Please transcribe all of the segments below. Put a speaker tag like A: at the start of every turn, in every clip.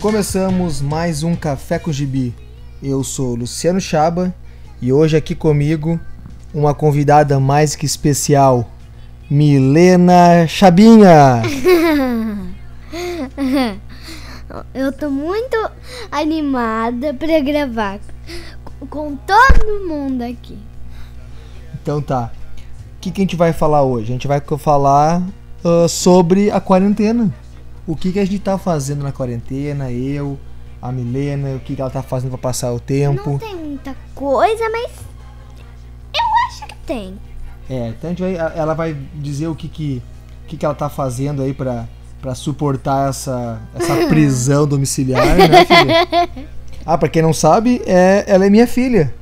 A: Começamos mais um Café com Gibi. Eu sou Luciano Chaba e hoje aqui comigo uma convidada mais que especial, Milena Chabinha.
B: Eu tô muito animada pra gravar c- com todo mundo aqui.
A: Então tá. O que, que a gente vai falar hoje? A gente vai co- falar ah, sobre a quarentena. O que, que a gente tá fazendo na quarentena, eu, a Milena, o que, que ela tá fazendo pra passar o tempo.
B: Não tem muita coisa, mas eu acho que tem.
A: É, então a gente vai- a- ela vai dizer o que que, o que, que ela tá fazendo aí pra, pra suportar essa, essa prisão domiciliar, né, filha? Ah, pra quem não sabe, é, ela é minha filha.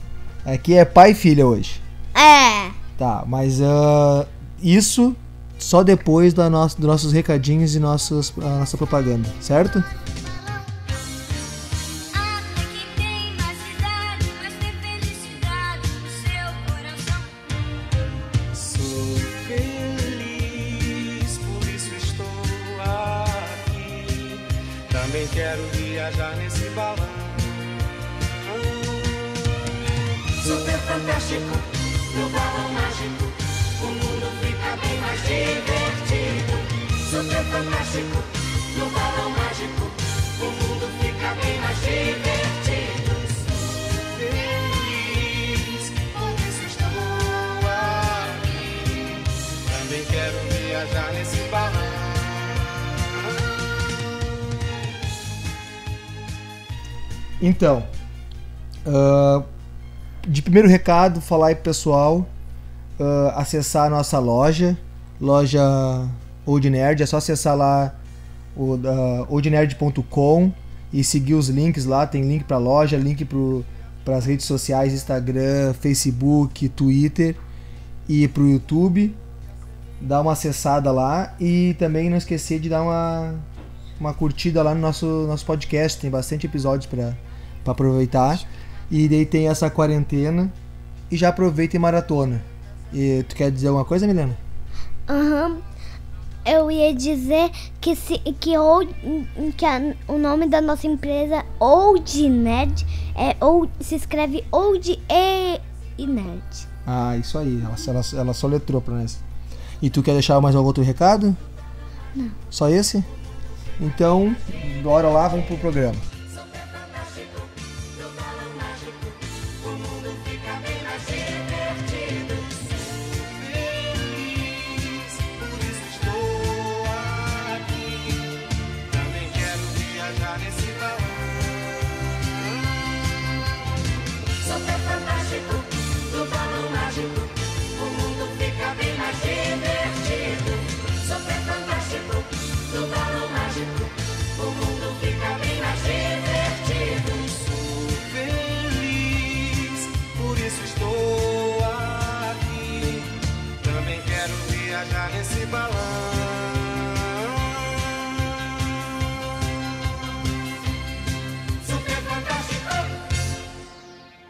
A: Aqui é pai e filha hoje.
B: É.
A: Tá, mas ah, isso só depois da nossa, dos nossos recadinhos e nossas, a nossa propaganda, certo?
C: Até que tem mais idade, mas tem felicidade no seu coração.
D: Sou feliz, por isso estou aqui. Também quero viajar nesse balão. Super é fantástico, no balão mágico, o mundo fica bem mais divertido. Super fantástico, no balão mágico, o mundo fica bem mais divertido. Sou feliz, por isso estou aqui. Também quero viajar nesse balão.
A: Então, ah, de primeiro recado, falar aí pro pessoal ah, acessar a nossa loja, loja Old Nerd, é só acessar lá o da- oldnerd.com e seguir os links lá, tem link pra loja, link para as redes sociais, Instagram, Facebook, Twitter e pro YouTube. Dá uma acessada lá e também não esquecer de dar uma, uma curtida lá no nosso, nosso podcast, tem bastante episódios pra pra aproveitar. E daí tem essa quarentena e já aproveita e maratona. E tu quer dizer alguma coisa, Milena?
B: Aham. Eu ia dizer que, se, que, ou, que a- o nome da nossa empresa Old Nerd é ou, se escreve Old e, e Nerd.
A: Ah, isso aí. Ela, ela, ela só letrou pra nós. E tu quer deixar mais algum outro recado? Não. Só esse? Então, bora lá, vamos pro programa.
D: feliz, por isso estou aqui. Também quero viajar nesse balão. Super fantástico, no balão mágico, o mundo fica bem mais divertido. Super fantástico, no balão mágico, o mundo fica bem mais divertido. Sou feliz, por isso estou aqui. Também quero viajar nesse balão. Super fantástico.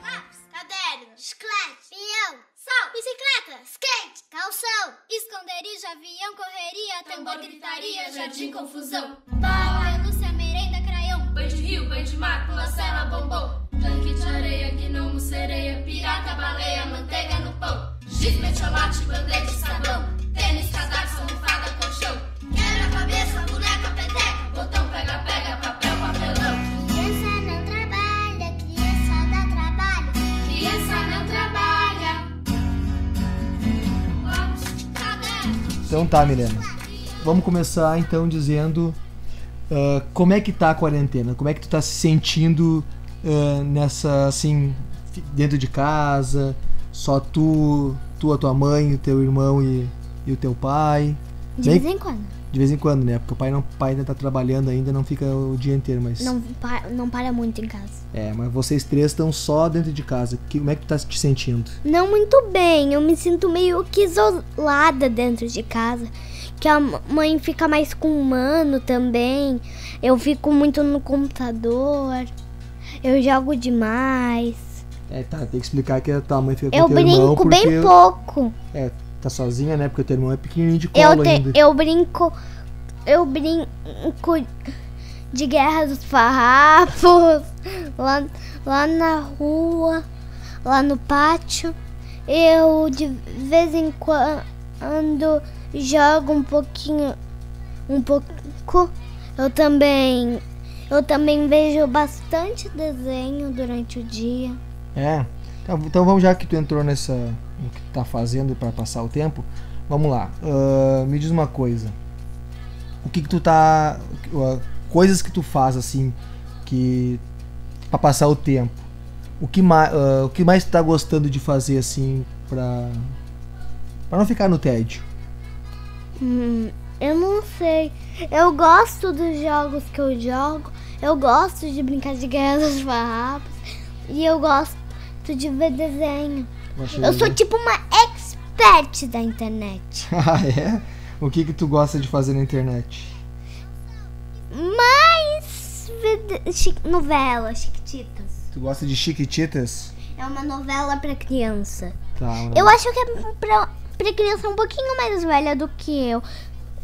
C: Lápis, caderno, chiclete, pinhão, sal, bicicleta, skate, calção, esconderijo, avião, correria, tambor, gritaria, jardim, confusão. Bala, Lúcia, merenda, craião, banho de rio, banho de mar, pula, cela, bombom. Tanque de areia, gnomo, sereia, pirata, baleia, manteiga no pão. Giz, metiolate, band-aid, sabão, tênis, casaco, almofada, colchão. Quebra-cabeça, boneca, peteca, botão, pega-pega, papel, papelão. Criança não trabalha, criança dá trabalho. Criança não trabalha. tá Lápis, caderno.
A: Então tá, Milena. Vamos começar então dizendo ah, como é que tá a quarentena? Como é que tu tá se sentindo ah, nessa assim fi- dentro de casa? Só tu, tu, a tua mãe, o teu irmão e, e o teu pai.
B: De
A: Bem-
B: vez em quando.
A: de vez em quando, né? Porque o pai não, o pai ainda tá trabalhando ainda, não fica o dia inteiro, mas
B: Não, pa- não para muito em casa.
A: é, mas vocês três estão só dentro de casa. Que- como é que tu tá te sentindo?
B: Não muito bem, eu me sinto meio que isolada dentro de casa. Que a m- mãe fica mais com o mano também. Eu fico muito no computador. Eu jogo demais.
A: É, tá, tem que explicar que a tua mãe fica com
B: Eu
A: teu irmão
B: brinco
A: porque
B: bem pouco.
A: é, tá sozinha, né? Porque o teu irmão é pequenininho de colo
B: Eu, te-
A: ainda.
B: eu brinco. Eu brinco de Guerra dos Farrapos, lá, lá na rua, lá no pátio. Eu de vez em quando jogo um pouquinho, um pouco. Eu também, eu também vejo bastante desenho durante o dia.
A: É. Então, então vamos já que tu entrou nessa no que tu tá fazendo para passar o tempo. Vamos lá. Ah, me diz uma coisa. O que que tu tá ah, coisas que tu faz assim que para passar o tempo. O que mais o que mais tu tá gostando de fazer assim pra para não ficar no tédio?
B: Hum, eu não sei. Eu gosto dos jogos que eu jogo. Eu gosto de brincar de guerra dos farrapos. E eu gosto de ver desenho.
A: Gosta de
B: Eu sou
A: desenho?
B: tipo uma expert da internet.
A: Ah, é? O que que tu gosta de fazer na internet?
B: Mas ver de- chi- novela, Chiquititas.
A: Tu gosta de chiquititas?
B: É uma novela pra criança.
A: Tá. um
B: Eu acho que é pra, pra criança um pouquinho mais velha do que eu.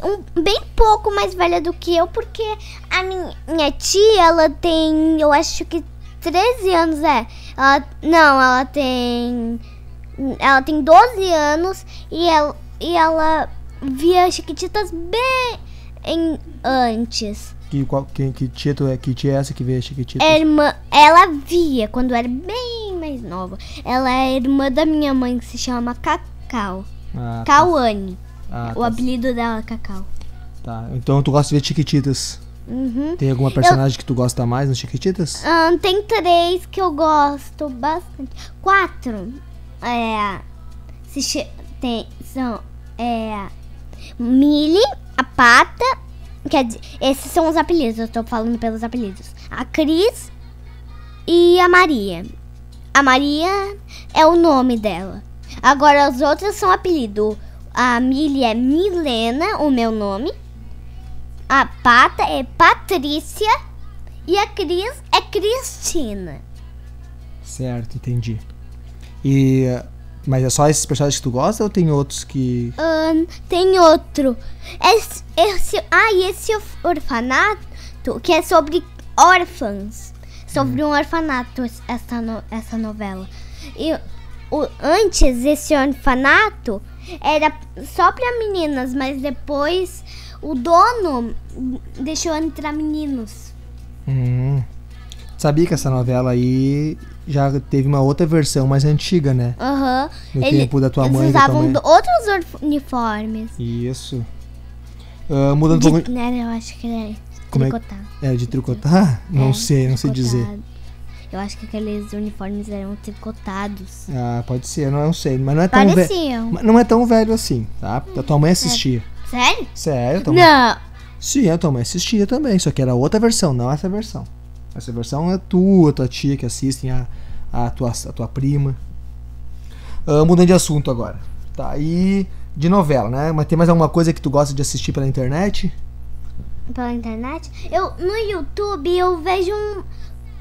B: Um, bem pouco mais velha do que eu, porque a minha, minha tia, ela tem, eu acho que 13 anos, é. Ela, não, ela tem. Ela tem 12 anos e ela, e ela via Chiquititas bem em- antes.
A: Que, qual, que, que tia tu é? Que tia é essa que vê Chiquititas?
B: É irmã, ela via quando era bem mais nova. Ela é irmã da minha mãe, que se chama Cacau.
A: Ah, tá.
B: Cauane.
A: Ah,
B: O
A: tá.
B: apelido dela é Cacau.
A: Tá. Então tu gosta de ver Chiquititas.
B: Uhum.
A: Tem alguma personagem que tu gosta mais nas Chiquititas?
B: Ahn, Ah, tem três que eu gosto bastante. Quatro. É. Se che- tem, são. É. Millie, a pata. Quer dizer, esses são os apelidos, eu tô falando pelos apelidos. A Cris e a Maria. A Maria é o nome dela. Agora as outras são apelido. A Millie é Milena, o meu nome. A pata é Patrícia. E a Cris é Cristina.
A: Certo, entendi. E mas é só esses personagens que tu gosta ou tem outros que
B: Ahn, tem outro. Esse, esse, ah, e esse orf- orfanato que é sobre órfãos. Sobre um orfanato, es- essa, no- essa novela. E o, antes, esse orfanato era só pra meninas, mas depois o dono deixou entrar meninos.
A: Hum. Sabia que essa novela aí já teve uma outra versão mais antiga, né?
B: Aham.
A: No
B: Ele-
A: tempo da tua
B: eles
A: mãe e da tua
B: usavam
A: mãe.
B: do- outros orf- uniformes.
A: Isso. Ah, mudando um
B: De,
A: pouco.
B: né, eu acho que ele é
A: Como é-
B: tricotado.
A: É, de tricotar? Não
B: É,
A: sei, não sei dizer.
B: tricotado. Eu acho que aqueles uniformes eram tricotados.
A: Ah, pode ser, não, não sei. Mas não é tão velho.
B: Pareciam.
A: Não é tão velho assim, tá? A tua mãe assistia.
B: Sério?
A: Sério, tua mãe.
B: Não.
A: Sim, a tua mãe assistia também, só que era outra versão, não essa versão. Essa versão é tua, tua tia que assistem, a, a, tua, a tua prima. Ah, mudando de assunto agora. Tá, e de novela, né? Mas tem mais alguma coisa que tu gosta de assistir pela internet?
B: Pela internet? Eu, no YouTube eu vejo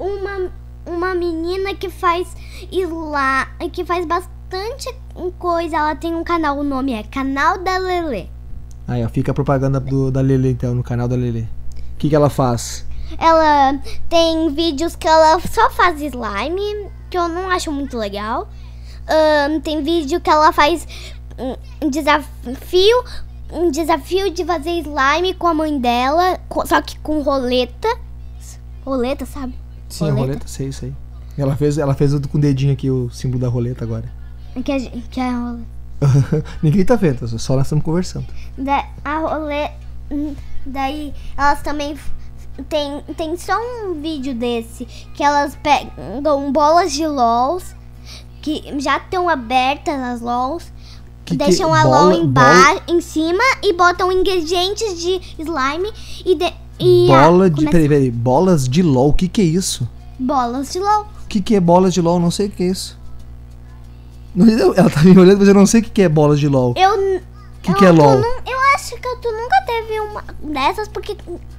B: um- uma, uma menina que faz ir lá, que faz bastante coisa. Ela tem um canal, o nome é Canal da Lele.
A: Aí, ó, fica a propaganda do- da Lele, então, no canal da Lele. O que, que ela faz?
B: Ela tem vídeos que ela só faz slime, que eu não acho muito legal. Ahn, tem vídeo que ela faz um desafio, um desafio de fazer slime com a mãe dela, co- só que com roleta. Roleta, sabe?
A: Sim,
B: Roleta?
A: a roleta, sei, sei. Ela fez, ela fez com o dedinho aqui o símbolo da roleta agora.
B: Que a gente- que é a roleta.
A: Ninguém tá vendo, só nós estamos conversando.
B: Da, a rolê, hum, daí elas também f- tem, tem só um vídeo desse que elas pegam bolas de LOLs que já estão abertas as LOLs,
A: Que- que-
B: deixam a LOL
A: bola-
B: em, ba- em cima e botam ingredientes de slime e, de, e a-
A: Bola de.
B: começa-
A: Peraí, peraí. Bolas de LOL, o que, que é isso?
B: bolas de LOL.
A: O que, que é bolas de LOL? Não sei o que é isso. Não, eu- ela tá me olhando, mas eu não sei o que, que é bolas de LOL.
B: Eu n-
A: O que,
B: eu-
A: que é
B: tu
A: LOL?
B: nun- eu acho que tu nunca teve uma dessas porque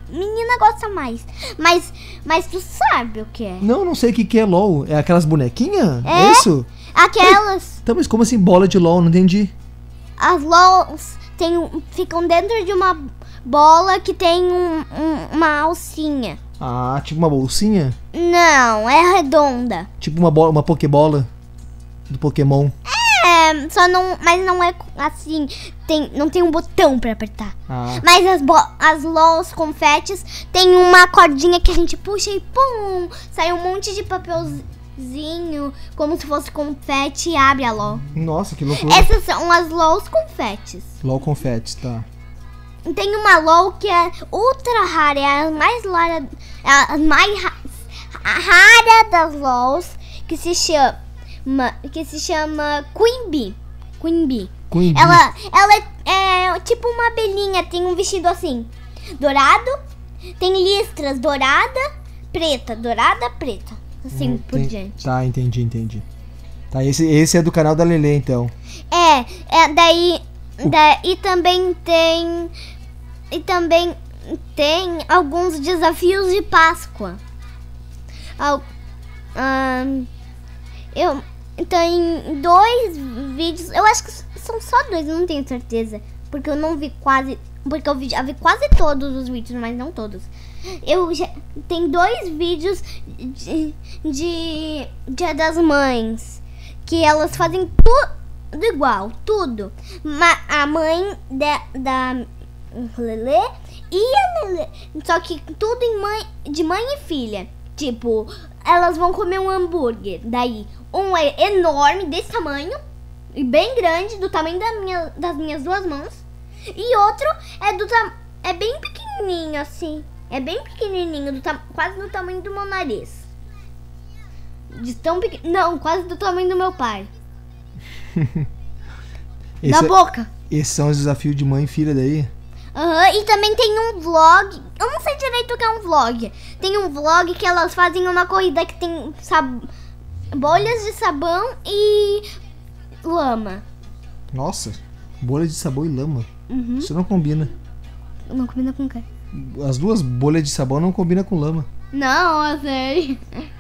B: menina gosta mais. Mas mas tu sabe o que é?
A: Não, eu não sei o que, que é LOL. É aquelas bonequinhas? É isso?
B: Aquelas
A: Então, mas como assim bola de LOL? Não entendi.
B: As LOLs tem, um- ficam dentro de uma bola que tem um- um- uma alcinha.
A: Ah, tipo uma bolsinha?
B: Não, é redonda.
A: Tipo uma, bola, uma Pokébola do Pokémon.
B: É, só não, mas não é co- assim, tem, não tem um botão pra apertar.
A: Ah,
B: Mas as, bo- as LOLs confetes tem uma cordinha que a gente puxa e pum! Sai um monte de papelzinho, como se fosse confete e abre a LOL.
A: nossa, que loucura.
B: Essas são as LOLs confetes.
A: LOL confetes, tá.
B: Tem uma LOL que é ultra rara, é a mais rara, é a mais ra- a rara das LOLs, que se chama que se chama Queen Bee. Queen Bee.
A: Queen Bee.
B: Ela, ela é, é tipo uma abelhinha, tem um vestido assim, dourado, tem listras dourada, preta, dourada, preta, assim
A: Hum,
B: por
A: tem-
B: diante.
A: Tá, entendi, entendi. Tá, esse, esse é do canal da Lelê, então.
B: É, é daí, da- e também tem e também tem alguns desafios de Páscoa. Al- ahn, eu tem dois vídeos, eu acho que s- são só dois, não tenho certeza, porque eu não vi quase, porque eu vi, já vi quase todos os vídeos, mas não todos. Eu já, tem dois vídeos de, de Dia das Mães que elas fazem tudo igual, tudo. Ma- a mãe de- da um Lelê e a Lelê. Só que tudo em mãe, de mãe e filha. Tipo, elas vão comer um hambúrguer. Daí, um é enorme, desse tamanho, e bem grande, do tamanho da minha, das minhas duas mãos. E outro é do tam- é bem pequenininho assim. É bem pequenininho, do tam- quase do tamanho do meu nariz. De tão pequ- Não, quase do tamanho do meu pai.
A: Esse,
B: da
A: é-
B: boca.
A: Esses são os desafios de mãe e filha daí?
B: Aham, e também tem um vlog. Eu não sei direito o que é um vlog. Tem um vlog que elas fazem uma corrida que tem sab- bolhas de sabão e lama.
A: Nossa, bolha de sabão e lama.
B: Uhum.
A: Isso não combina.
B: Não combina com quem?
A: As duas bolhas de sabão não combinam com lama.
B: Não, eu sei.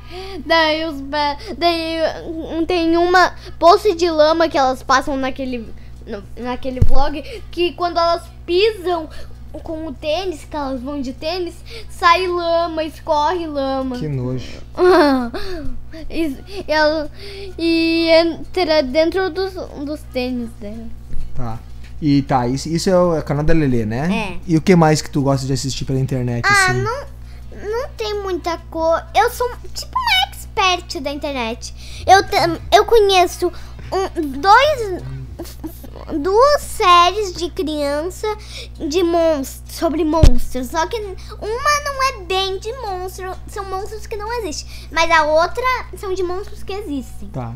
B: Daí, os, pé- daí hum, tem uma poça de lama que elas passam naquele, no- naquele vlog que quando elas pisam com o tênis, que elas vão de tênis, sai lama, escorre lama.
A: Que nojo.
B: e, e ela, e entra dentro dos, dos tênis dela.
A: Tá. E tá, isso, isso é o canal da Lelê, né?
B: É.
A: E o que mais que tu gosta de assistir pela internet,
B: Ah,
A: assim?
B: não, não tem muita cor. Eu sou tipo uma expert da internet. Eu, tam- eu conheço um, dois, duas séries de criança de monstros, sobre monstros. Só que uma não é bem de monstro, são monstros que não existem. Mas a outra são de monstros que existem.
A: Tá.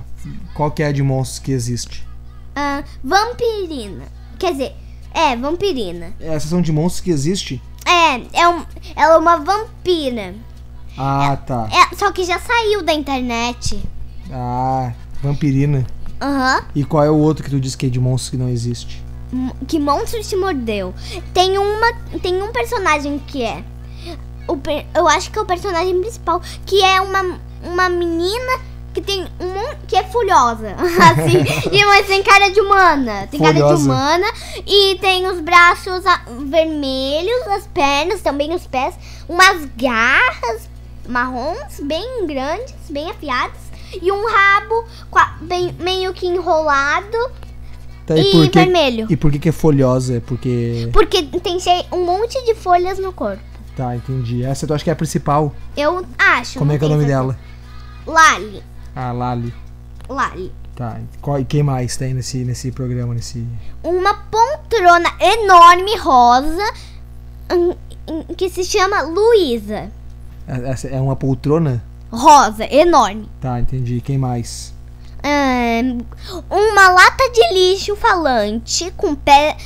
A: Qual que é a de monstros que existe?
B: Ah, vampirina. Quer dizer, é, vampirina.
A: Essas são de monstros que existe?
B: É, é um, ela é uma vampira.
A: Ah, tá.
B: É, só que já saiu da internet.
A: Ah, vampirina.
B: Aham.
A: E qual é o outro que tu diz que é de monstros que não existe?
B: Mo- Que monstro te mordeu? Tem uma. Tem um personagem que é. o per- eu acho que é o personagem principal. Que é uma, uma menina que tem um mon- que é furiosa. Assim. e mas tem cara de humana. Tem cara de
A: Furiosa.
B: humana. E tem os braços a- vermelhos, as pernas, também os pés, umas garras marrons, bem grandes, bem afiadas. E um rabo qua- bem- meio que enrolado.
A: Tá,
B: E vermelho.
A: E por que, que é folhosa? É porque.
B: Porque tem che- um monte de folhas no corpo.
A: Tá, entendi. Essa tu acha que é a principal.
B: Eu acho.
A: Como
B: não
A: é que é o
B: tenho
A: nome
B: certeza.
A: dela?
B: Lali.
A: A Lali.
B: Lali.
A: Tá. e Qual, e quem mais tem nesse, nesse programa, nesse.
B: Uma poltrona enorme rosa hum, hum, que se chama Luísa.
A: Essa é uma poltrona?
B: Rosa, enorme.
A: Tá, entendi. Quem mais?
B: Ahn, uma lata de lixo falante com pé.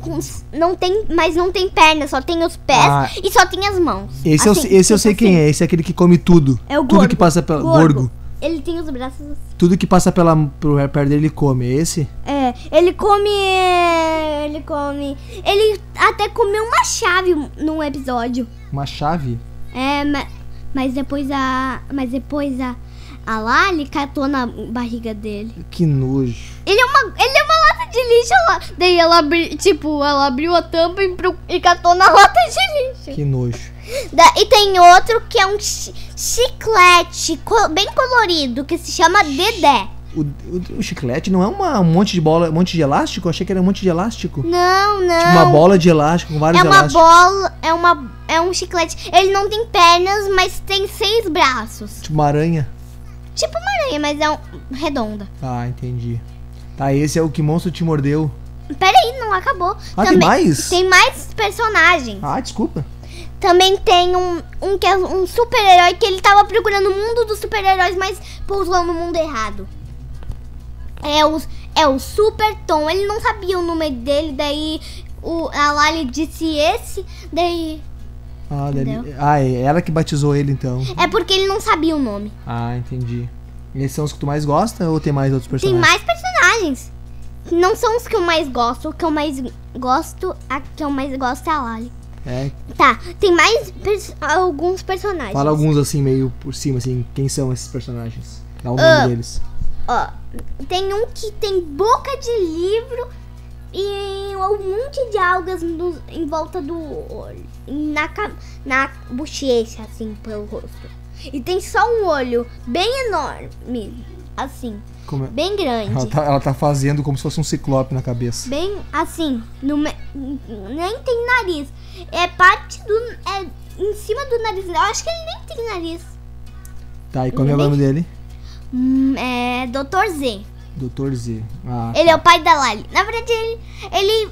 B: com s- não tem, mas não tem perna, só tem os pés
A: Ah.
B: e só tem as mãos.
A: Esse, eu,
B: Assim,
A: se- esse eu sei
B: assim.
A: quem é. Esse é aquele que come tudo.
B: É o
A: tudo
B: gorgo.
A: que passa pela. Gorgo.
B: Ele tem os braços assim.
A: Tudo que passa pela, pro perto dele ele come. É esse?
B: É, ele come. é, Ele come. Ele até comeu uma chave num episódio.
A: Uma chave?
B: É, ma- mas depois a. Mas depois a. A Lali catou na barriga dele.
A: Que nojo.
B: Ele é uma. Ele é uma lata de lixo lá. Daí ela abri- tipo, ela abriu a tampa e, pro- e catou na lata de lixo.
A: Que nojo.
B: Da- e tem outro que é um chi- chiclete co- bem colorido que se chama Dedé.
A: O, o- o chiclete não é uma- um monte de bola, um monte de elástico? Eu achei que era um monte de elástico.
B: Não,
A: Tipo uma
B: não.
A: bola de elástico com vários
B: é uma
A: elásticos.
B: bola, é uma é um chiclete. Ele não tem pernas, mas tem seis braços.
A: Tipo uma aranha.
B: Tipo uma aranha, mas é um, redonda.
A: Ah, entendi. Tá, esse é o que monstro te mordeu.
B: Pera aí, não acabou.
A: Ah, tem mais?
B: Tem mais personagens.
A: Ah, desculpa.
B: Também tem um, um que é um super-herói que ele tava procurando o mundo dos super-heróis, mas pousou no mundo errado. É o, é o Super Tom. Ele não sabia o número dele, daí o, a Lali disse esse, daí.
A: Ah, deve... ah, é ela que batizou ele então.
B: É porque ele não sabia o nome.
A: Ah, entendi. Esses são os que tu mais gosta ou tem mais outros
B: Tem
A: personagens?
B: mais personagens. Não são os que eu mais gosto. O que eu mais gosto, a que eu mais gosto é a Lali.
A: É,
B: Tá, tem mais pers- alguns personagens.
A: fala alguns assim meio por cima assim, quem são esses personagens? Dá o nome
B: Ah.
A: deles.
B: Ó, tem um que tem boca de livro e um monte de algas no- em volta do olho. Na, ca- na bochecha, assim, pelo rosto. E tem só um olho bem enorme, assim,
A: Como é?
B: bem
A: Ela
B: grande.
A: tá, ela tá fazendo como se fosse um ciclope na cabeça.
B: Bem assim, no me- nem tem nariz. É parte do. É em cima do nariz. né? Eu acho que ele nem tem nariz.
A: Tá, e qual é o nome dele?
B: Hum, é Dr. Z.
A: Dr. Z. Ah,
B: Ele é o pai da Lali. Na verdade, ele, ele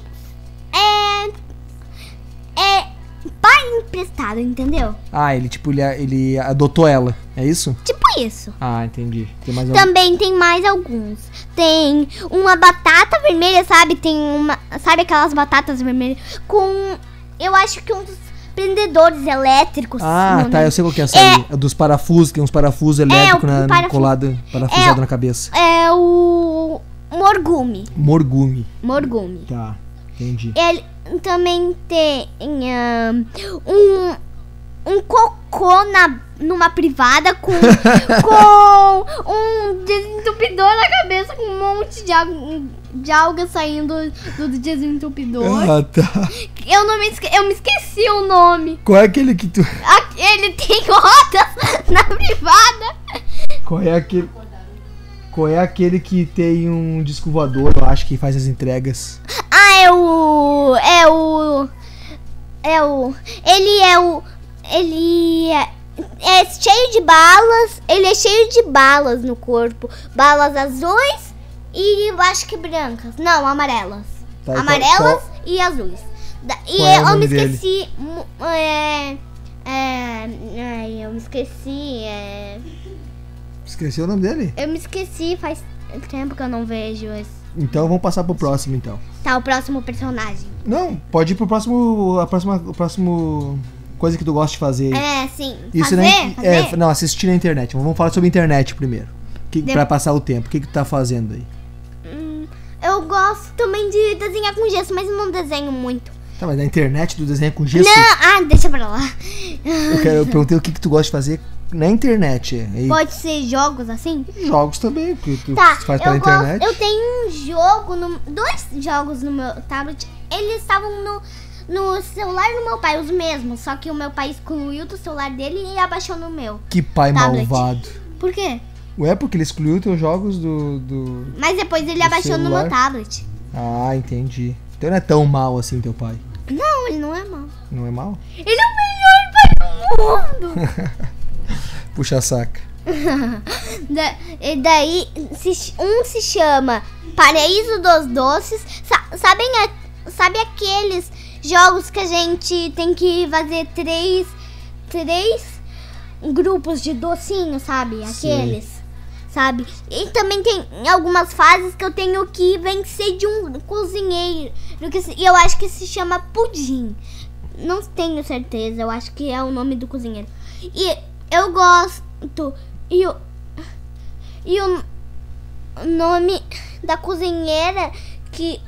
B: é. É pai emprestado, entendeu?
A: ah ele tipo, ele, ele adotou ela, é isso?
B: Tipo isso.
A: Ah, entendi. Tem mais algum?
B: Também tem mais alguns. Tem uma batata vermelha, sabe? Tem uma. Sabe aquelas batatas vermelhas? Com. Eu acho que um dos prendedores elétricos.
A: Ah,
B: não
A: tá,
B: lembro.
A: eu sei qual que é essa aí. É dos parafusos, tem uns parafusos elétricos
B: um
A: na,
B: parafuso.
A: colada, parafusado
B: É.
A: na cabeça.
B: É o. Morgume.
A: Morgume.
B: Morgume.
A: Tá, entendi.
B: Ele também tem ah, um, um cocô na, numa privada com, com um desentupidor na cabeça com um monte de, alga- de alga saindo do desentupidor.
A: Ah, tá.
B: Eu, não me esque- eu me esqueci o nome.
A: Qual é aquele que tu.
B: Aqui- Ele tem rodas na privada.
A: Qual é aquele. Qual é aquele que tem um disco voador, eu acho, que faz as entregas?
B: Ah, é o. É o. É o. Ele é o. Ele é, é cheio de balas. Ele é cheio de balas no corpo. Balas azuis e eu acho que brancas. Não, amarelas.
A: Tá, e qual-
B: amarelas
A: qual-
B: e azuis. Da- e
A: qual é o
B: eu me
A: nome dele?
B: esqueci. mu- É, é, ai, eu me esqueci. é,
A: Esqueceu o nome dele?
B: eu me esqueci faz tempo que eu não vejo esse.
A: Então vamos passar pro próximo, então.
B: Tá, o próximo personagem.
A: Não, pode ir pro próximo. A próxima. O próximo. Coisa que tu gosta de fazer. aí.
B: É, sim.
A: Isso
B: fazer,
A: né?
B: fazer?
A: É, não, assistir na internet. Vamos falar sobre internet primeiro. Que, Pra passar o tempo. O que, que tu tá fazendo aí?
B: Eu gosto também de desenhar com gesso, mas eu não desenho muito.
A: Tá, mas na internet do desenho com gesso?
B: Não, ah, deixa pra lá.
A: Eu, quero- eu perguntei o que, que tu gosta de fazer na internet. É E
B: Pode ser jogos assim?
A: jogos também, porque tu
B: Tá,
A: faz pela
B: eu,
A: internet.
B: gosto, eu tenho um jogo, no, dois jogos no meu tablet. Eles estavam no, no celular do meu pai, os mesmos. Só que o meu pai excluiu do celular dele e abaixou no meu.
A: Que pai
B: Tablet.
A: malvado.
B: Por quê?
A: Ué, porque ele excluiu teus jogos do, do.
B: Mas depois ele
A: Do
B: abaixou no
A: celular?
B: meu tablet.
A: Ah, entendi. Então não é tão mal assim teu pai.
B: Não, ele não é mau.
A: Não é mal?
B: Ele é o melhor pai do mundo!
A: Puxa saca.
B: Da- e daí, se- um se chama Paraíso dos Doces. Sa- sabem a- sabe aqueles jogos que a gente tem que fazer três, três grupos de docinho, sabe?
A: Sei.
B: Aqueles, sabe? E também tem algumas fases que eu tenho que vencer de um cozinheiro. que se- E eu acho que se chama Pudim. Não tenho certeza, eu acho que é o nome do cozinheiro. E eu gosto. E o, e o nome da cozinheira que.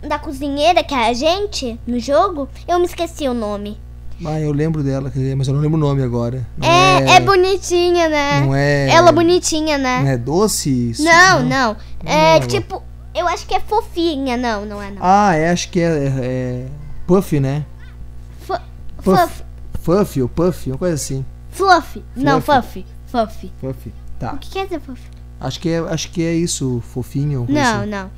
B: Da cozinheira que é a gente no jogo, eu me esqueci o nome.
A: Ah, eu lembro dela, quer dizer, mas eu não lembro o nome agora. Não
B: É, é, bonitinha, né?
A: Não é.
B: Ela bonitinha, né?
A: Não é doce? Isso?
B: Não, não.
A: Não,
B: É
A: ela-
B: tipo. Eu acho que é fofinha. Não, não é não.
A: Ah, é, acho que é, é- é Puff, né?
B: Fu-
A: Puff.
B: Fluff.
A: Fuff ou Puff, uma coisa assim.
B: Fluff. Não, Fluff. Fluff.
A: Puff.
B: O
A: Tá.
B: que quer dizer fluff?
A: Acho que é, acho que é isso, fofinho. ou coisa
B: Não,
A: assim.
B: não.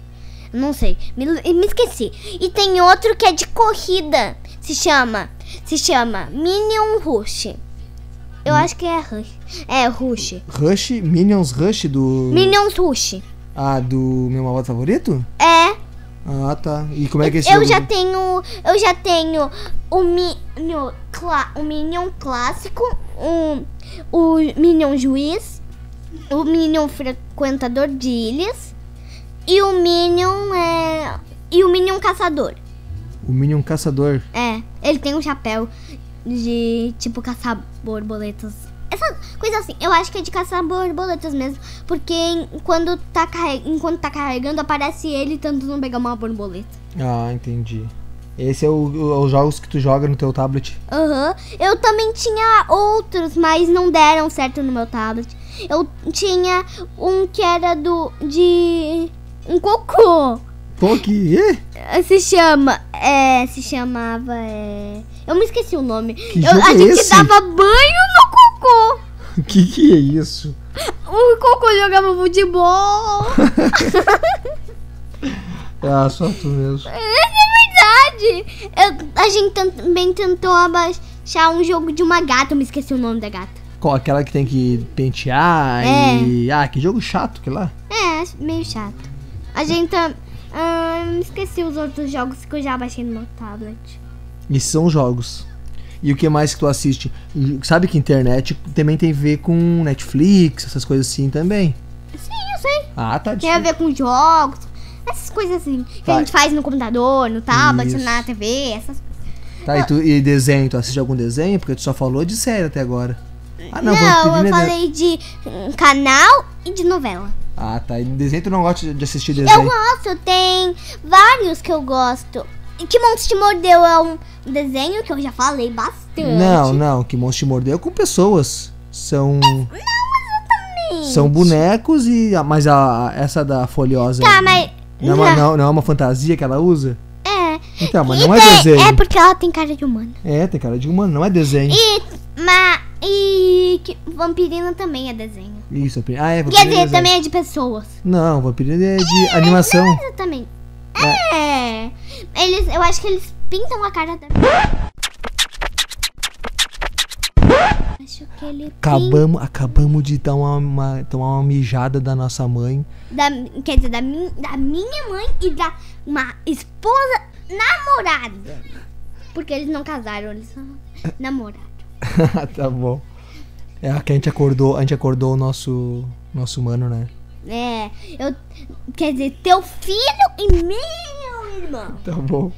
B: Não sei. Me, me esqueci. E tem outro que é de corrida. Se chama. Se chama Minion Rush. Eu
A: Hum.
B: acho que é Rush. É Rush.
A: assim. Rush, Minions Rush do.
B: Minions Rush.
A: Ah, do meu malvado favorito?
B: É.
A: Ah, tá. E como é que é esse
B: Eu
A: jogo?
B: já tenho. Eu já tenho o Minion, clá- o Minion clássico, o, o Minion juiz, o Minion frequentador de ilhas e o Minion é. E o Minion caçador.
A: O Minion Caçador.
B: É, ele tem um chapéu de tipo caçar borboletas. Essa coisa assim, eu acho que é de caçar borboletas mesmo. Porque em- quando tá, carre- enquanto tá carregando, aparece ele tentando pegar uma borboleta.
A: Ah, entendi. Esse é o, o- os jogos que tu joga no teu tablet.
B: Aham. Eu também tinha outros, mas não deram certo no meu tablet. Eu tinha um que era do. de. um cocô.
A: Pô, que. Ih,
B: Eh, Se chama. É. Se chamava. É, eu me esqueci o nome.
A: Que
B: Eu-
A: jogo
B: a
A: é
B: gente
A: esse?
B: dava banho no cocô.
A: que que é isso?
B: O cocô jogava futebol.
A: Ah, só tu mesmo.
B: É verdade. Eu- a gente tam- também tentou abaixar um jogo de uma gata. Eu me esqueci o nome da gata.
A: Qual, aquela que tem que pentear
B: É.
A: e. Ah, que jogo chato que lá.
B: É, meio chato. A gente. tam- Ah, eu me esqueci os outros jogos que eu já baixei no meu tablet.
A: Esses são os jogos. E o que mais que tu assiste? Sabe que internet também tem a ver com Netflix, essas coisas assim também.
B: Sim, eu sei.
A: Ah, tá
B: Tem a ver com jogos, essas coisas assim. Que a
A: Vai.
B: gente faz no computador, no tablet,
A: Isso.
B: na TV, essas coisas.
A: Tá, e, tu, e desenho, tu assiste algum desenho? Porque tu só falou de série até agora. Ah, não,
B: Não, eu
A: Vampirina é de-
B: falei de hum, canal e de novela.
A: Ah, tá. E desenho tu não gosta de assistir
B: Eu
A: desenho?
B: gosto, tem vários que eu gosto. E Que Monstro Te Mordeu é um desenho que eu já falei bastante.
A: Não, não. Que monstro te mordeu é com pessoas. São. Não, exatamente. São bonecos e. ah, Mas a, essa da folhosa.
B: Tá, mas.
A: Não, é uma- não, não é uma fantasia que ela usa?
B: É.
A: Então, mas
B: E
A: não é
B: tem-
A: desenho.
B: É porque ela tem cara de humana.
A: É, tem cara de humano, não é desenho.
B: E. Ma, e. que- Vampirina também é desenho.
A: Isso, é- ah, é
B: Quer
A: vampirina. é
B: dizer,
A: desenho.
B: também é de pessoas.
A: Não, vampirina é de animação.
B: Exatamente. É. Eles, eu acho que eles pintam a cara da. Acho que ele pinta.
A: Acabamos, acabamos de dar uma, uma- tomar uma mijada da nossa mãe.
B: da, quer dizer, da, min- da minha mãe e da uma esposa namorada. Porque eles não casaram, eles só namoraram.
A: tá bom. É que a gente acordou, a gente acordou o nosso nosso humano, né?
B: É, eu, quer dizer, teu filho e meu irmão.
A: Tá bom.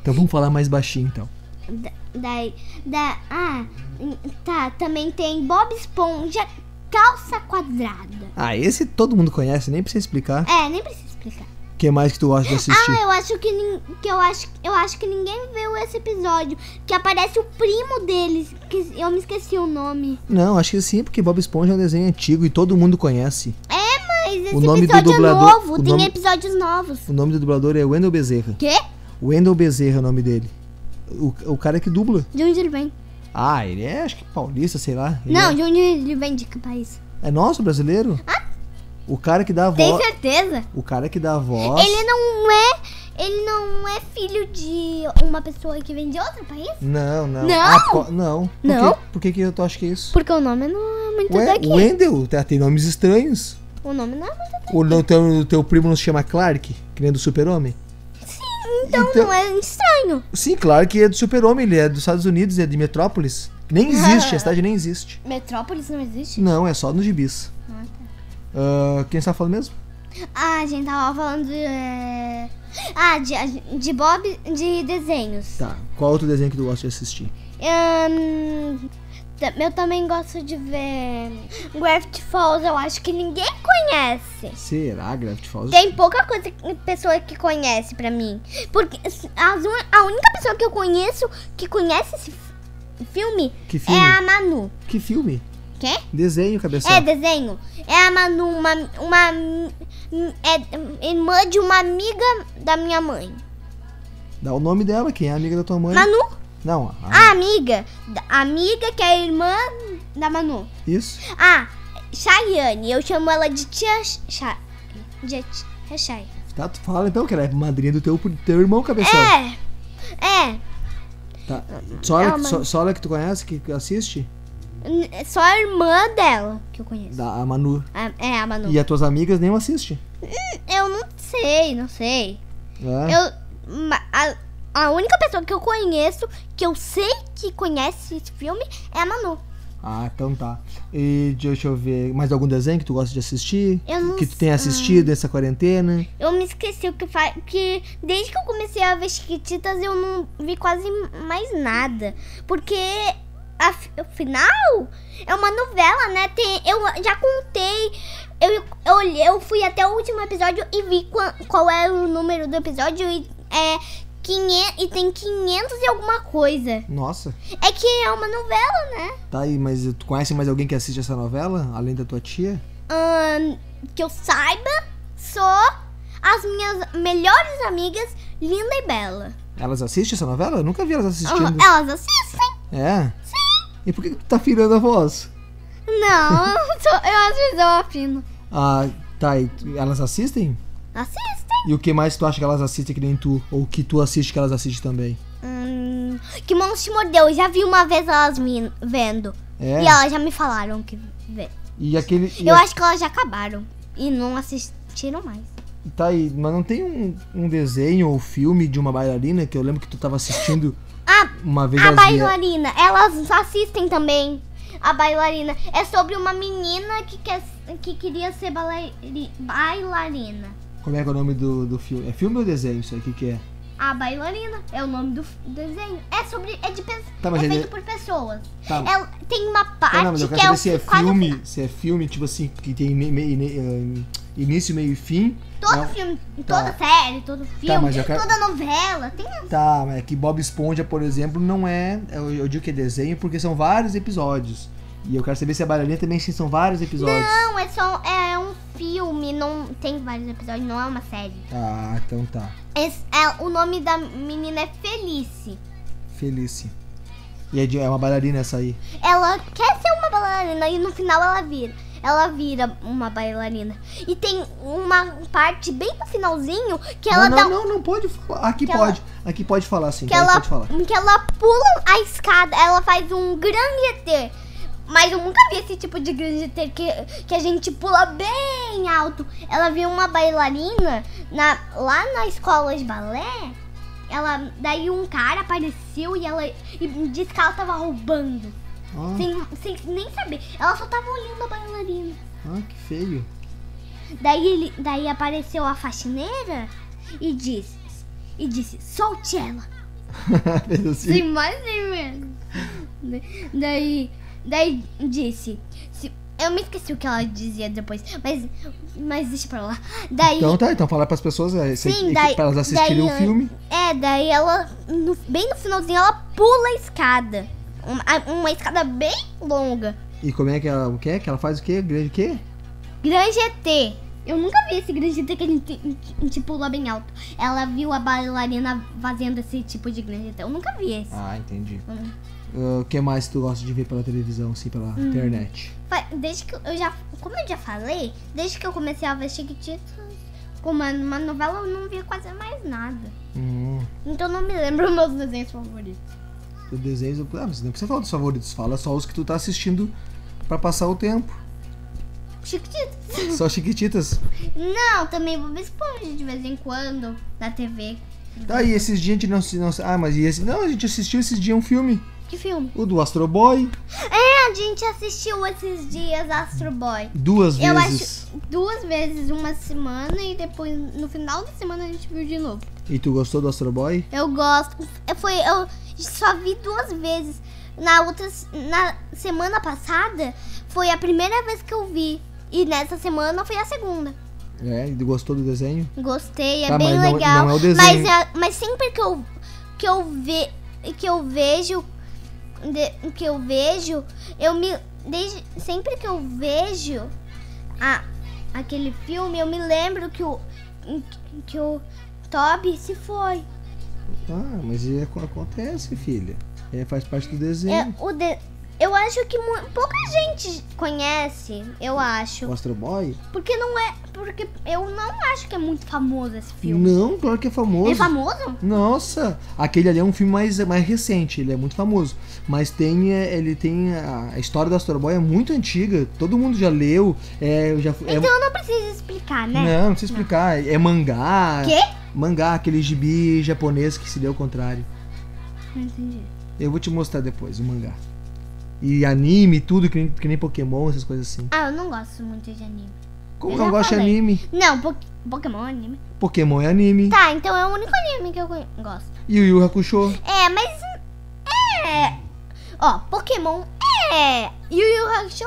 A: Então vamos falar mais baixinho então.
B: Da, daí, da, ah, hum, tá, também tem Bob Esponja, calça quadrada.
A: Ah, esse todo mundo conhece, nem precisa explicar.
B: É, nem precisa explicar.
A: O que mais que tu gosta de assistir?
B: Ah, eu acho que, nin- que eu acho eu acho que ninguém viu esse episódio que aparece o primo deles, que eu me esqueci o nome.
A: Não, acho que sim, porque Bob Esponja é um desenho antigo e todo mundo conhece.
B: É, mas esse
A: nome do
B: episódio
A: dublador-
B: é novo,
A: o
B: tem
A: nome-
B: episódios novos.
A: O nome do dublador é Wendell Bezerra.
B: Quê?
A: Wendell Bezerra é o nome dele. O, o cara que dubla.
B: De onde ele vem?
A: Ah, ele é acho que paulista, sei lá. Ele
B: Não,
A: É,
B: de onde ele vem de que país?
A: é nosso brasileiro? O cara que dá a
B: Tem
A: voz.
B: certeza?
A: O cara que dá a voz.
B: Ele não é ele não é filho de uma pessoa que vem de outro país?
A: Não, não.
B: é- Não?
A: Ah, po- não. Por
B: Não?
A: que- Por que, que tu acha que é isso?
B: Porque o nome não é muito
A: Ué,
B: daqui.
A: Wendell, tá, tem nomes estranhos.
B: O nome não é muito daqui.
A: O não- teu, teu primo não se chama Clark, que nem é do super-homem?
B: Então,
A: Então-
B: não é estranho.
A: Sim, Clark é do super-homem, ele é dos Estados Unidos, é de Metrópolis. Nem existe, a cidade nem existe.
B: Metrópolis não existe?
A: Não, é só nos gibis. Ah, quem está falando mesmo?
B: Ah, a gente tava falando de. é, Ah, de, de Bob de desenhos.
A: Tá, qual outro desenho que tu gosta de assistir?
B: Ahn, ta- eu também gosto de ver Gravity Falls, eu acho que ninguém conhece.
A: Será, Gravity Falls?
B: Tem pouca coisa que- pessoa que conhece pra mim. Porque s- as un- a única pessoa que eu conheço que conhece esse f- filme,
A: Que filme?
B: é a Manu.
A: Que filme?
B: Quê?
A: Desenho, cabeção.
B: É desenho. É a Manu, uma, uma mi- é irmã de uma amiga da minha mãe.
A: Dá o nome dela, quem é amiga da tua mãe.
B: Manu?
A: Não, ah, a-
B: A amiga. da- A amiga que é a irmã da Manu.
A: isso.
B: Ah, Chayane. Eu chamo ela de tia Chay. De tia Chay.
A: Tá, tu fala então que ela é madrinha do teu, teu irmão, cabeção.
B: É. É.
A: Tá. Só, ela,
B: Não,
A: só,
B: mas-
A: só ela que tu conhece, que que assiste?
B: N- é Só a irmã dela que eu conheço.
A: Da, a Manu.
B: A- É, a Manu.
A: E as tuas amigas nem assiste.
B: Eu não sei, não sei.
A: É.
B: Eu. ma- A, a única pessoa que eu conheço, que eu sei que conhece esse filme, é a Manu.
A: Ah, então tá. E deixa eu ver, mais algum desenho que tu gosta de assistir?
B: Eu não ah.
A: que tu tenha assistido essa quarentena?
B: Eu me esqueci o que faz. Que desde que eu comecei a ver Chiquititas, eu não vi quase mais nada. Porque. af- Afinal, é uma novela, né? Tem, eu já contei. Eu, eu, olhei- eu fui até o último episódio e vi qua- qual, é o número do episódio. E, é, 500, e tem 500 e alguma coisa.
A: Nossa.
B: É que é uma novela, né?
A: Tá aí, mas tu conhece mais alguém que assiste essa novela? Além da tua tia?
B: Ahn, que eu saiba, só as minhas melhores amigas, Linda e Bela.
A: Elas assistem essa novela? Eu nunca vi elas
B: Aham,
A: assistindo.
B: Elas assistem?
A: É? Sim. E por que, que tu tá afinando a voz?
B: Não, eu, sou, eu às vezes eu afino.
A: Ah, tá. E tu- elas assistem?
B: Assistem?
A: E o que mais tu acha que elas assistem que nem tu? Ou que tu assiste que elas assistem também?
B: Hum, que monstro te mordeu? Eu já vi uma vez elas me vendo.
A: É.
B: E elas já me falaram que vê.
A: E aquele. e
B: Eu
A: a-
B: acho que elas já acabaram. E não assistiram mais.
A: Tá aí, mas não tem um, um desenho ou filme de uma bailarina que eu lembro que tu tava assistindo
B: Ah,
A: uma vez
B: A
A: elas via-
B: bailarina, elas assistem também. A bailarina é sobre uma menina que, quer, que queria ser balairi- bailarina.
A: Como é que é o nome do, do filme? É filme ou desenho isso aí? O que, que é?
B: A bailarina é o nome do f- desenho. É sobre. É, de, pes-
A: Tá, mas
B: é
A: ele-
B: feito por pessoas.
A: Tá.
B: Ela, tem uma parte
A: Ah, não, mas eu
B: que
A: quero saber
B: é o
A: se é
B: quase-
A: filme, se é filme, tipo assim, que tem me- me- ne- ahn, início, meio e fim.
B: Todo
A: É um-
B: filme,
A: Tá.
B: toda série, todo filme,
A: mas eu quero-
B: toda novela. Tem a-
A: Tá, mas é que Bob Esponja, por exemplo, não é. Eu, eu digo que é desenho porque são vários episódios. E eu quero saber se a bailarina também sim, são vários episódios.
B: Não, é só é um filme, não tem vários episódios, não é uma série.
A: Ah, então tá.
B: Esse- é, o nome da menina é Felice.
A: Felice. E é, de- é uma bailarina essa aí.
B: Ela quer ser uma bailarina e no final ela vira. Ela vira uma bailarina. E tem uma parte bem no finalzinho que ela
A: não,
B: dá. um
A: não, não, não pode falar. Aqui
B: Que
A: pode. Aqui pode falar sim.
B: que,
A: aqui
B: ela
A: pode falar.
B: que ela pula a escada. Ela faz um grande ET. Mas eu nunca vi esse tipo de grande ET que, que a gente pula bem alto. Ela viu uma bailarina na, lá na escola de balé. Ela, daí um cara apareceu e ela e disse que ela tava roubando.
A: Ah,
B: Sem, sem nem saber. Ela só tava olhando a bailarina.
A: ah, que feio.
B: Daí, ele, daí apareceu a faxineira e disse. E disse, solte ela.
A: Fez assim.
B: Sem mais nem menos. Da- Daí. Daí disse. se- eu me esqueci o que ela dizia depois. Mas. Mas deixa pra lá. Daí.
A: Então tá, então falar pras pessoas é, se-
B: Sim,
A: que-
B: daí-
A: pra elas assistirem
B: daí
A: o
B: eu-
A: filme.
B: É, daí ela, no- bem no finalzinho, ela pula a escada. Uma, a- uma escada bem longa.
A: E como é que ela o que Que ela faz o quê? Grande o quê?
B: Grande ET. Eu nunca vi esse grande ET que a gente, a gente pula bem alto. Ela viu a bailarina fazendo esse tipo de grande ET. Eu nunca vi esse.
A: Ah, entendi.
B: Hum.
A: Ah, O que mais tu gosta de ver pela televisão, assim, pela internet?
B: Fa- Desde que eu já. Como eu já falei, desde que eu comecei a ver Chiquititas como é uma novela, eu não vi quase mais nada.
A: Hum,
B: Então não me lembro meus desenhos favoritos.
A: os desenhos. eu- Ah, mas não precisa falar dos favoritos, fala só os que tu tá assistindo pra passar o tempo.
B: Chiquititas.
A: Só chiquititas.
B: Não, também Bob Esponja de vez em quando, na TV.
A: Tá, e esses dias a gente não se. Não, se- ah, mas e esse. Não, a gente assistiu esses dias um filme.
B: Que filme?
A: O do Astro Boy,
B: É, a gente assistiu esses dias Astro Boy.
A: duas
B: Eu
A: vezes.
B: acho duas vezes uma semana e depois no final da semana a gente viu de novo.
A: E tu gostou do Astro Boy?
B: Eu gosto. Eu, foi, eu só vi duas vezes. Na outra s- na semana passada foi a primeira vez que eu vi. E nessa semana foi a segunda.
A: É, e tu gostou do desenho?
B: Gostei, é
A: Tá,
B: bem
A: mas não-
B: legal.
A: não é o desenho.
B: Mas, é- mas sempre que eu que eu ve, que eu vejo de- que eu vejo, eu me desde, sempre que eu vejo a, aquele filme, eu me lembro que o, que o Toby se foi.
A: Ah, mas é, co- acontece, filha. É, faz parte do desenho.
B: É, o de- eu acho que mu- pouca gente conhece, eu
A: O
B: acho.
A: Astro Boy?
B: Porque não é. Porque eu não acho que é muito famoso esse filme.
A: Não, claro que é famoso.
B: É famoso?
A: Nossa, aquele ali é um filme mais, mais recente, ele é muito famoso. Mas tem, é, ele tem a, a história do Astro Boy é muito antiga, todo mundo já leu, é, já é- um,
B: Então não precisa explicar, né?
A: não, não sei explicar, é mangá.
B: Quê?
A: Mangá, aquele gibi japonês que se deu ao contrário.
B: Não entendi.
A: Eu vou te mostrar depois o mangá. E anime, tudo que nem, que nem Pokémon, essas coisas assim.
B: Ah, eu não gosto muito de anime.
A: Como
B: Eu
A: não
B: já
A: gosta de
B: falei.
A: anime?
B: Não, po- Pokémon é anime.
A: Pokémon é anime.
B: Tá, então é o único anime que eu conhe- gosto.
A: E o Yu Hakusho.
B: É, mas. É. Ó, Pokémon é. Yu Yu Hakusho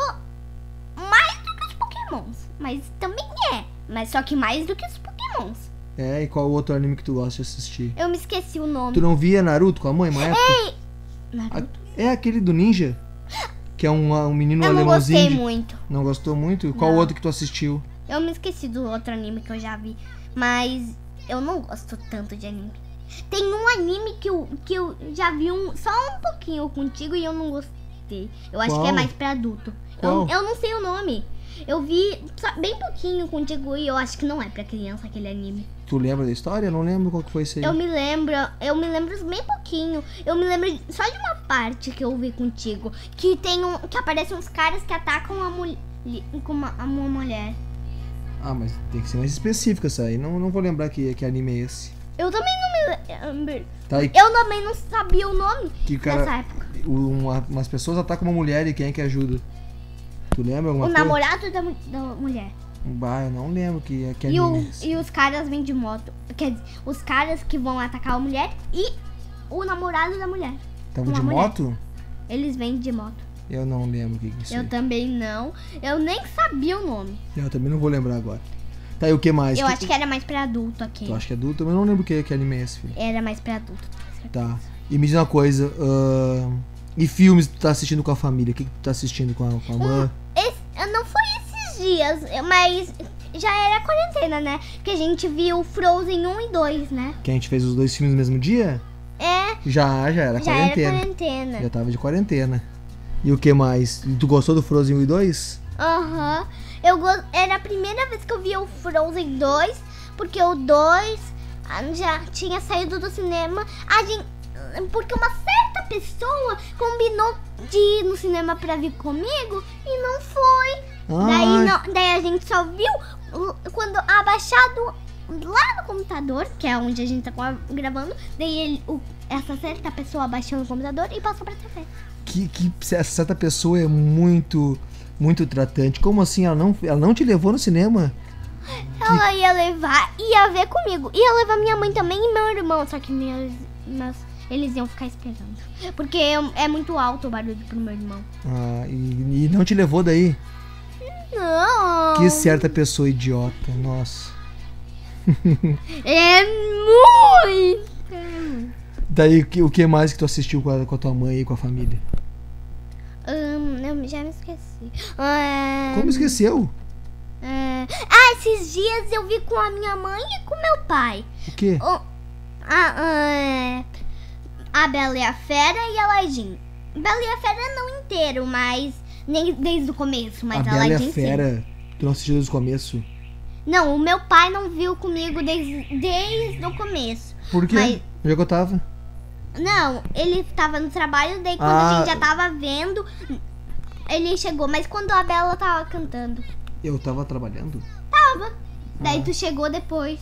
B: mais do que os Pokémons. Mas também é. Mas só que mais do que os Pokémons.
A: É, e qual outro anime que tu gosta de assistir?
B: Eu me esqueci o
A: Tu
B: nome.
A: não via Naruto com a mãe, mas
B: Naruto.
A: É aquele do ninja? Que é um, um menino
B: Eu não
A: alemãozinho.
B: gostei
A: de-
B: muito.
A: Não gostou muito? E qual
B: Não.
A: outro que tu assistiu?
B: Eu me esqueci do outro anime que eu já vi. Mas eu não gosto tanto de anime. Tem um anime que eu, que eu já vi um, só um pouquinho contigo e eu não gostei. Eu acho que é
A: Qual?
B: mais pra adulto.
A: Qual?
B: Eu, eu não sei o nome. Eu vi só bem pouquinho contigo e eu acho que não é pra criança aquele anime.
A: Tu lembra da história? Não lembro qual que foi esse aí.
B: Eu me lembro, eu me lembro bem pouquinho. Eu me lembro só de uma parte que eu vi contigo. Que tem um. Que aparecem uns caras que atacam a mulher. Com uma, uma mulher.
A: Ah, mas tem que ser mais específico essa aí. Não, não vou lembrar que, que anime é esse.
B: Eu também não me lembro.
A: Tá aí
B: Eu também não sabia o nome
A: que o
B: nessa
A: cara.
B: época.
A: uma- um, umas pessoas atacam uma mulher e quem é que ajuda? Tu lembra alguma
B: o
A: coisa?
B: namorado da, mu- da mulher.
A: Bah, eu não lembro que, que
B: E, o-
A: anime é esse.
B: e os caras vêm de moto. Quer dizer, os caras que vão atacar a mulher e o namorado da mulher.
A: Tava
B: uma
A: de
B: mulher.
A: moto?
B: Eles vêm de moto.
A: Eu não lembro o que, que é isso.
B: Eu
A: aí.
B: também não. Eu nem sabia o nome.
A: Ah, Eu também não vou lembrar agora. Tá aí o que mais?
B: eu acho que é era mais pra adulto aqui.
A: Tu acha que é adulto? Eu não lembro que, que anime é esse, filho.
B: Era mais pra adulto.
A: Tá. E me diz uma coisa. ahn, e filmes que tu tá assistindo com a família? O que, que tu tá assistindo com a, com a mãe?
B: Ah. Esse- não foi esses dias, mas já era quarentena, né? Que a gente viu Frozen 1 e 2, né?
A: Que a gente fez os dois filmes no mesmo dia?
B: É,
A: Já, já era
B: já
A: quarentena.
B: era quarentena.
A: Já tava de quarentena. E o que mais? E tu gostou do Frozen 1 e 2?
B: Aham. Eu go- Era a primeira vez que eu via o Frozen 2, porque o 2 ah, já tinha saído do cinema. A gente... Porque uma certa pessoa combinou de ir no cinema pra vir comigo e não foi. Daí, não- daí a gente só viu o- quando abaixado lá no computador, que é onde a gente tá com- gravando. Daí ele- o- essa certa pessoa abaixou no computador e passou pra TV.
A: que, que essa certa pessoa é muito, muito tratante. Como assim? Ela não, ela não te levou no cinema?
B: Ela ia levar, ia ver comigo. Ia levar minha mãe também e meu irmão. Só que meus, meus, eles iam ficar esperando. Porque é- é muito alto o barulho pro meu irmão.
A: Ah, e, e não te levou daí?
B: Não!
A: Que certa pessoa idiota. Nossa.
B: É muito!
A: Daí o que- o que mais que tu assistiu com a, com a tua mãe e com a família?
B: Hum, eu já me esqueci. É,
A: Como esqueceu?
B: é, ah, esses dias eu vi com a minha mãe e com meu pai.
A: O quê?
B: O- a, é, a Bela e a Fera e Aladdin. Bela e a Fera não inteiro, mas nem desde o começo, mas
A: a Bela e
B: Aladdin
A: a
B: sim.
A: Fera. Tu não assistiu desde o começo?
B: Não, o meu pai não viu comigo desde, desde o começo.
A: Por quê?
B: Mas-
A: Onde é que eu tava?
B: Não, ele tava no trabalho, daí quando
A: Ah.
B: a gente já tava vendo, ele chegou. Mas quando a Bela tava cantando,
A: Eu tava trabalhando.
B: tava. Daí tu chegou depois,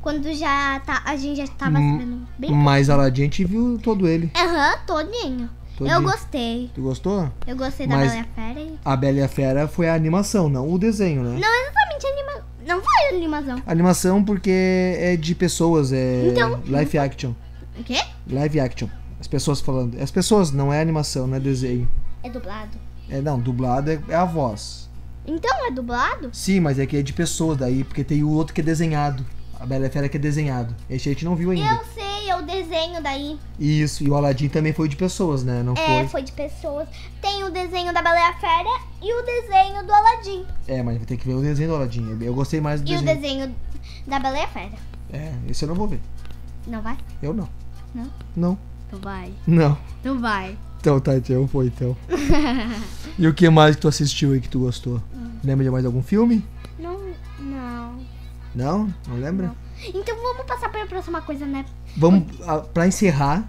B: quando já tá, a gente já tava
A: Hum.
B: sabendo bem.
A: Mas Aladdin a gente viu todo ele.
B: Aham, todinho.
A: Todinho.
B: Eu gostei.
A: Tu gostou?
B: Eu gostei da
A: Mas-
B: Bela e a Fera. e-
A: A Bela e a Fera foi a animação, não o desenho, né?
B: Não é exatamente anima... Não foi animação.
A: Animação porque é de pessoas, é
B: Então-
A: live action.
B: O quê?
A: Live action. As pessoas falando. As pessoas, não é animação, não é desenho.
B: É dublado.
A: É, não, dublado é, é a voz.
B: Então é dublado?
A: Sim, mas é que é de pessoas daí, porque tem o outro que é desenhado. A Bela e a Fera que é desenhado. Esse a gente não viu ainda.
B: Eu sei, o desenho daí.
A: Isso, e o Aladdin também foi de pessoas, né? Não
B: É,
A: foi.
B: foi de pessoas. Tem o desenho da Baleia Fera e o desenho do Aladim.
A: É, mas vai ter que ver o desenho do Aladdin. Eu- Eu gostei mais do
B: E o
A: desenho.
B: desenho da Baleia Fera.
A: É, esse eu não vou ver.
B: Não vai?
A: Eu não.
B: Não?
A: Não.
B: Não vai.
A: Não.
B: Não vai.
A: Então tá, então foi então. e o que mais que tu assistiu aí que tu gostou?
B: Hum.
A: Lembra de mais algum filme?
B: Não, não.
A: Não? Não lembra?
B: Então vamos passar pra próxima coisa, né?
A: Vamos, ah, pra encerrar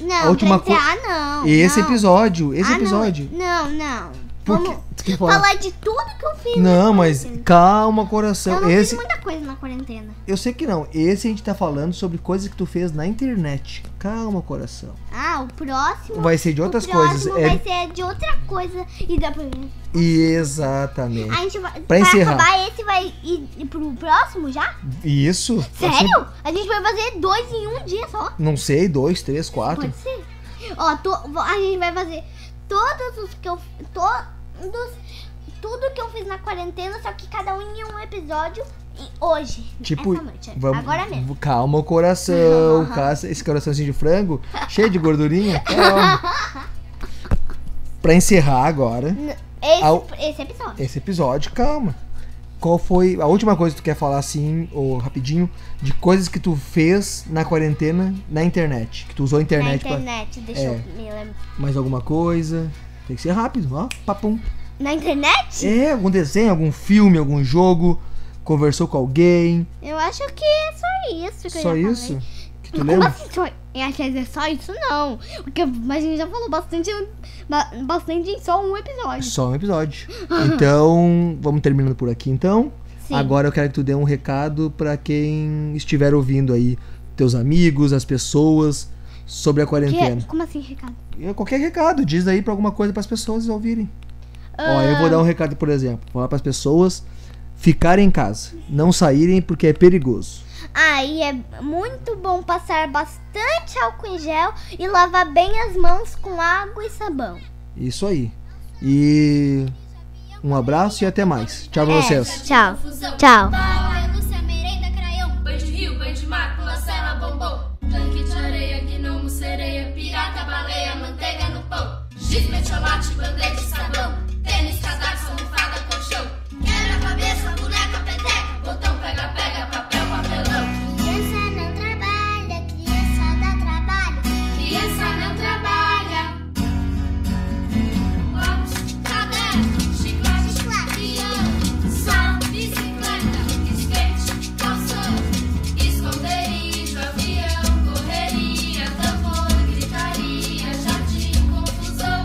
B: Não,
A: última
B: pra encerrar, não.
A: esse
B: não.
A: episódio. Esse
B: Ah, não.
A: episódio.
B: Não, não.
A: Por quê?
B: Vamos
A: Tu quer falar?
B: falar de tudo que eu fiz.
A: Não,
B: na
A: mas
B: quarentena.
A: calma,
B: Eu
A: coração.
B: não
A: esse,
B: fiz muita coisa na quarentena.
A: eu sei que não. Esse a gente tá falando sobre coisas que tu fez na internet. Calma, coração.
B: Ah, o próximo.
A: Vai ser de
B: o
A: outras
B: próximo
A: coisas.
B: Vai
A: É,
B: ser de outra coisa. E dá pra mim.
A: exatamente.
B: A gente vai.
A: É. Pra
B: vai
A: encerrar.
B: acabar esse e vai ir, ir pro próximo já?
A: Isso. assim,
B: Sério? A gente vai fazer dois em um dia só?
A: Não sei, dois, três, quatro.
B: Pode ser. Ó, to- vo- a gente vai fazer todos os que eu. Todos. Tudo que eu fiz na quarentena, só que cada um em um episódio. E hoje.
A: Tipo,
B: essa noite.
A: vamos-
B: Agora mesmo.
A: Calma o coração, caça esse coraçãozinho de frango, cheio de gordurinha. Calma. pra encerrar agora
B: N- Esse,
A: Ao-
B: esse episódio.
A: esse episódio, calma. Qual foi a última coisa que tu quer falar assim, ou rapidinho, de coisas que tu fez na quarentena na internet? Que tu usou a
B: Na
A: internet, pra
B: internet, deixa
A: É.
B: eu me lembrar.
A: mais alguma coisa? Tem que ser rápido, ó. Papum.
B: Na internet?
A: É, algum desenho, algum filme, algum jogo, conversou com alguém.
B: Eu acho que é só isso que eu já
A: Só
B: falei.
A: isso? Que tu
B: Como
A: lembra?
B: assim só? É, quer dizer, só isso não. Porque a gente já falou bastante, ba- bastante em só um episódio.
A: Só um episódio. Então, vamos terminando por aqui então.
B: Sim.
A: Agora eu quero que tu dê um recado pra quem estiver ouvindo aí, teus amigos, as pessoas sobre a quarentena.
B: Que- como assim, Ricardo?
A: Eu- É Qualquer recado, diz aí pra alguma coisa pras pessoas ouvirem. Ó, eu vou dar um recado, por exemplo, falar pras pessoas ficarem em casa, não saírem porque é perigoso.
B: Aí é muito bom passar bastante álcool em gel e lavar bem as mãos com água e sabão.
A: Isso aí. E um abraço e até mais. Tchau pra vocês.
B: É. Tchau.
C: Confusão.
B: Tchau.
C: Bala, Lúcia, merenda, craião. Banho de rio, banho de mar, pula, sela, bombom. Tanque de areia, gnomo, sereia, pirata, baleia, manteiga no pão. Giz, metiolate, band-aid, sabão. Tênis, casaco, almofada, colchão. Quebra-cabeça, boneca, peteca. Botão, pega, pega, papel, papelão.
B: Criança não trabalha, criança dá trabalho.
C: Criança não trabalha. Lápis, caderno, chiclete, criança, bicicleta, skate, calção, esconderijo, avião, correria, tambor, gritaria, jardim, confusão.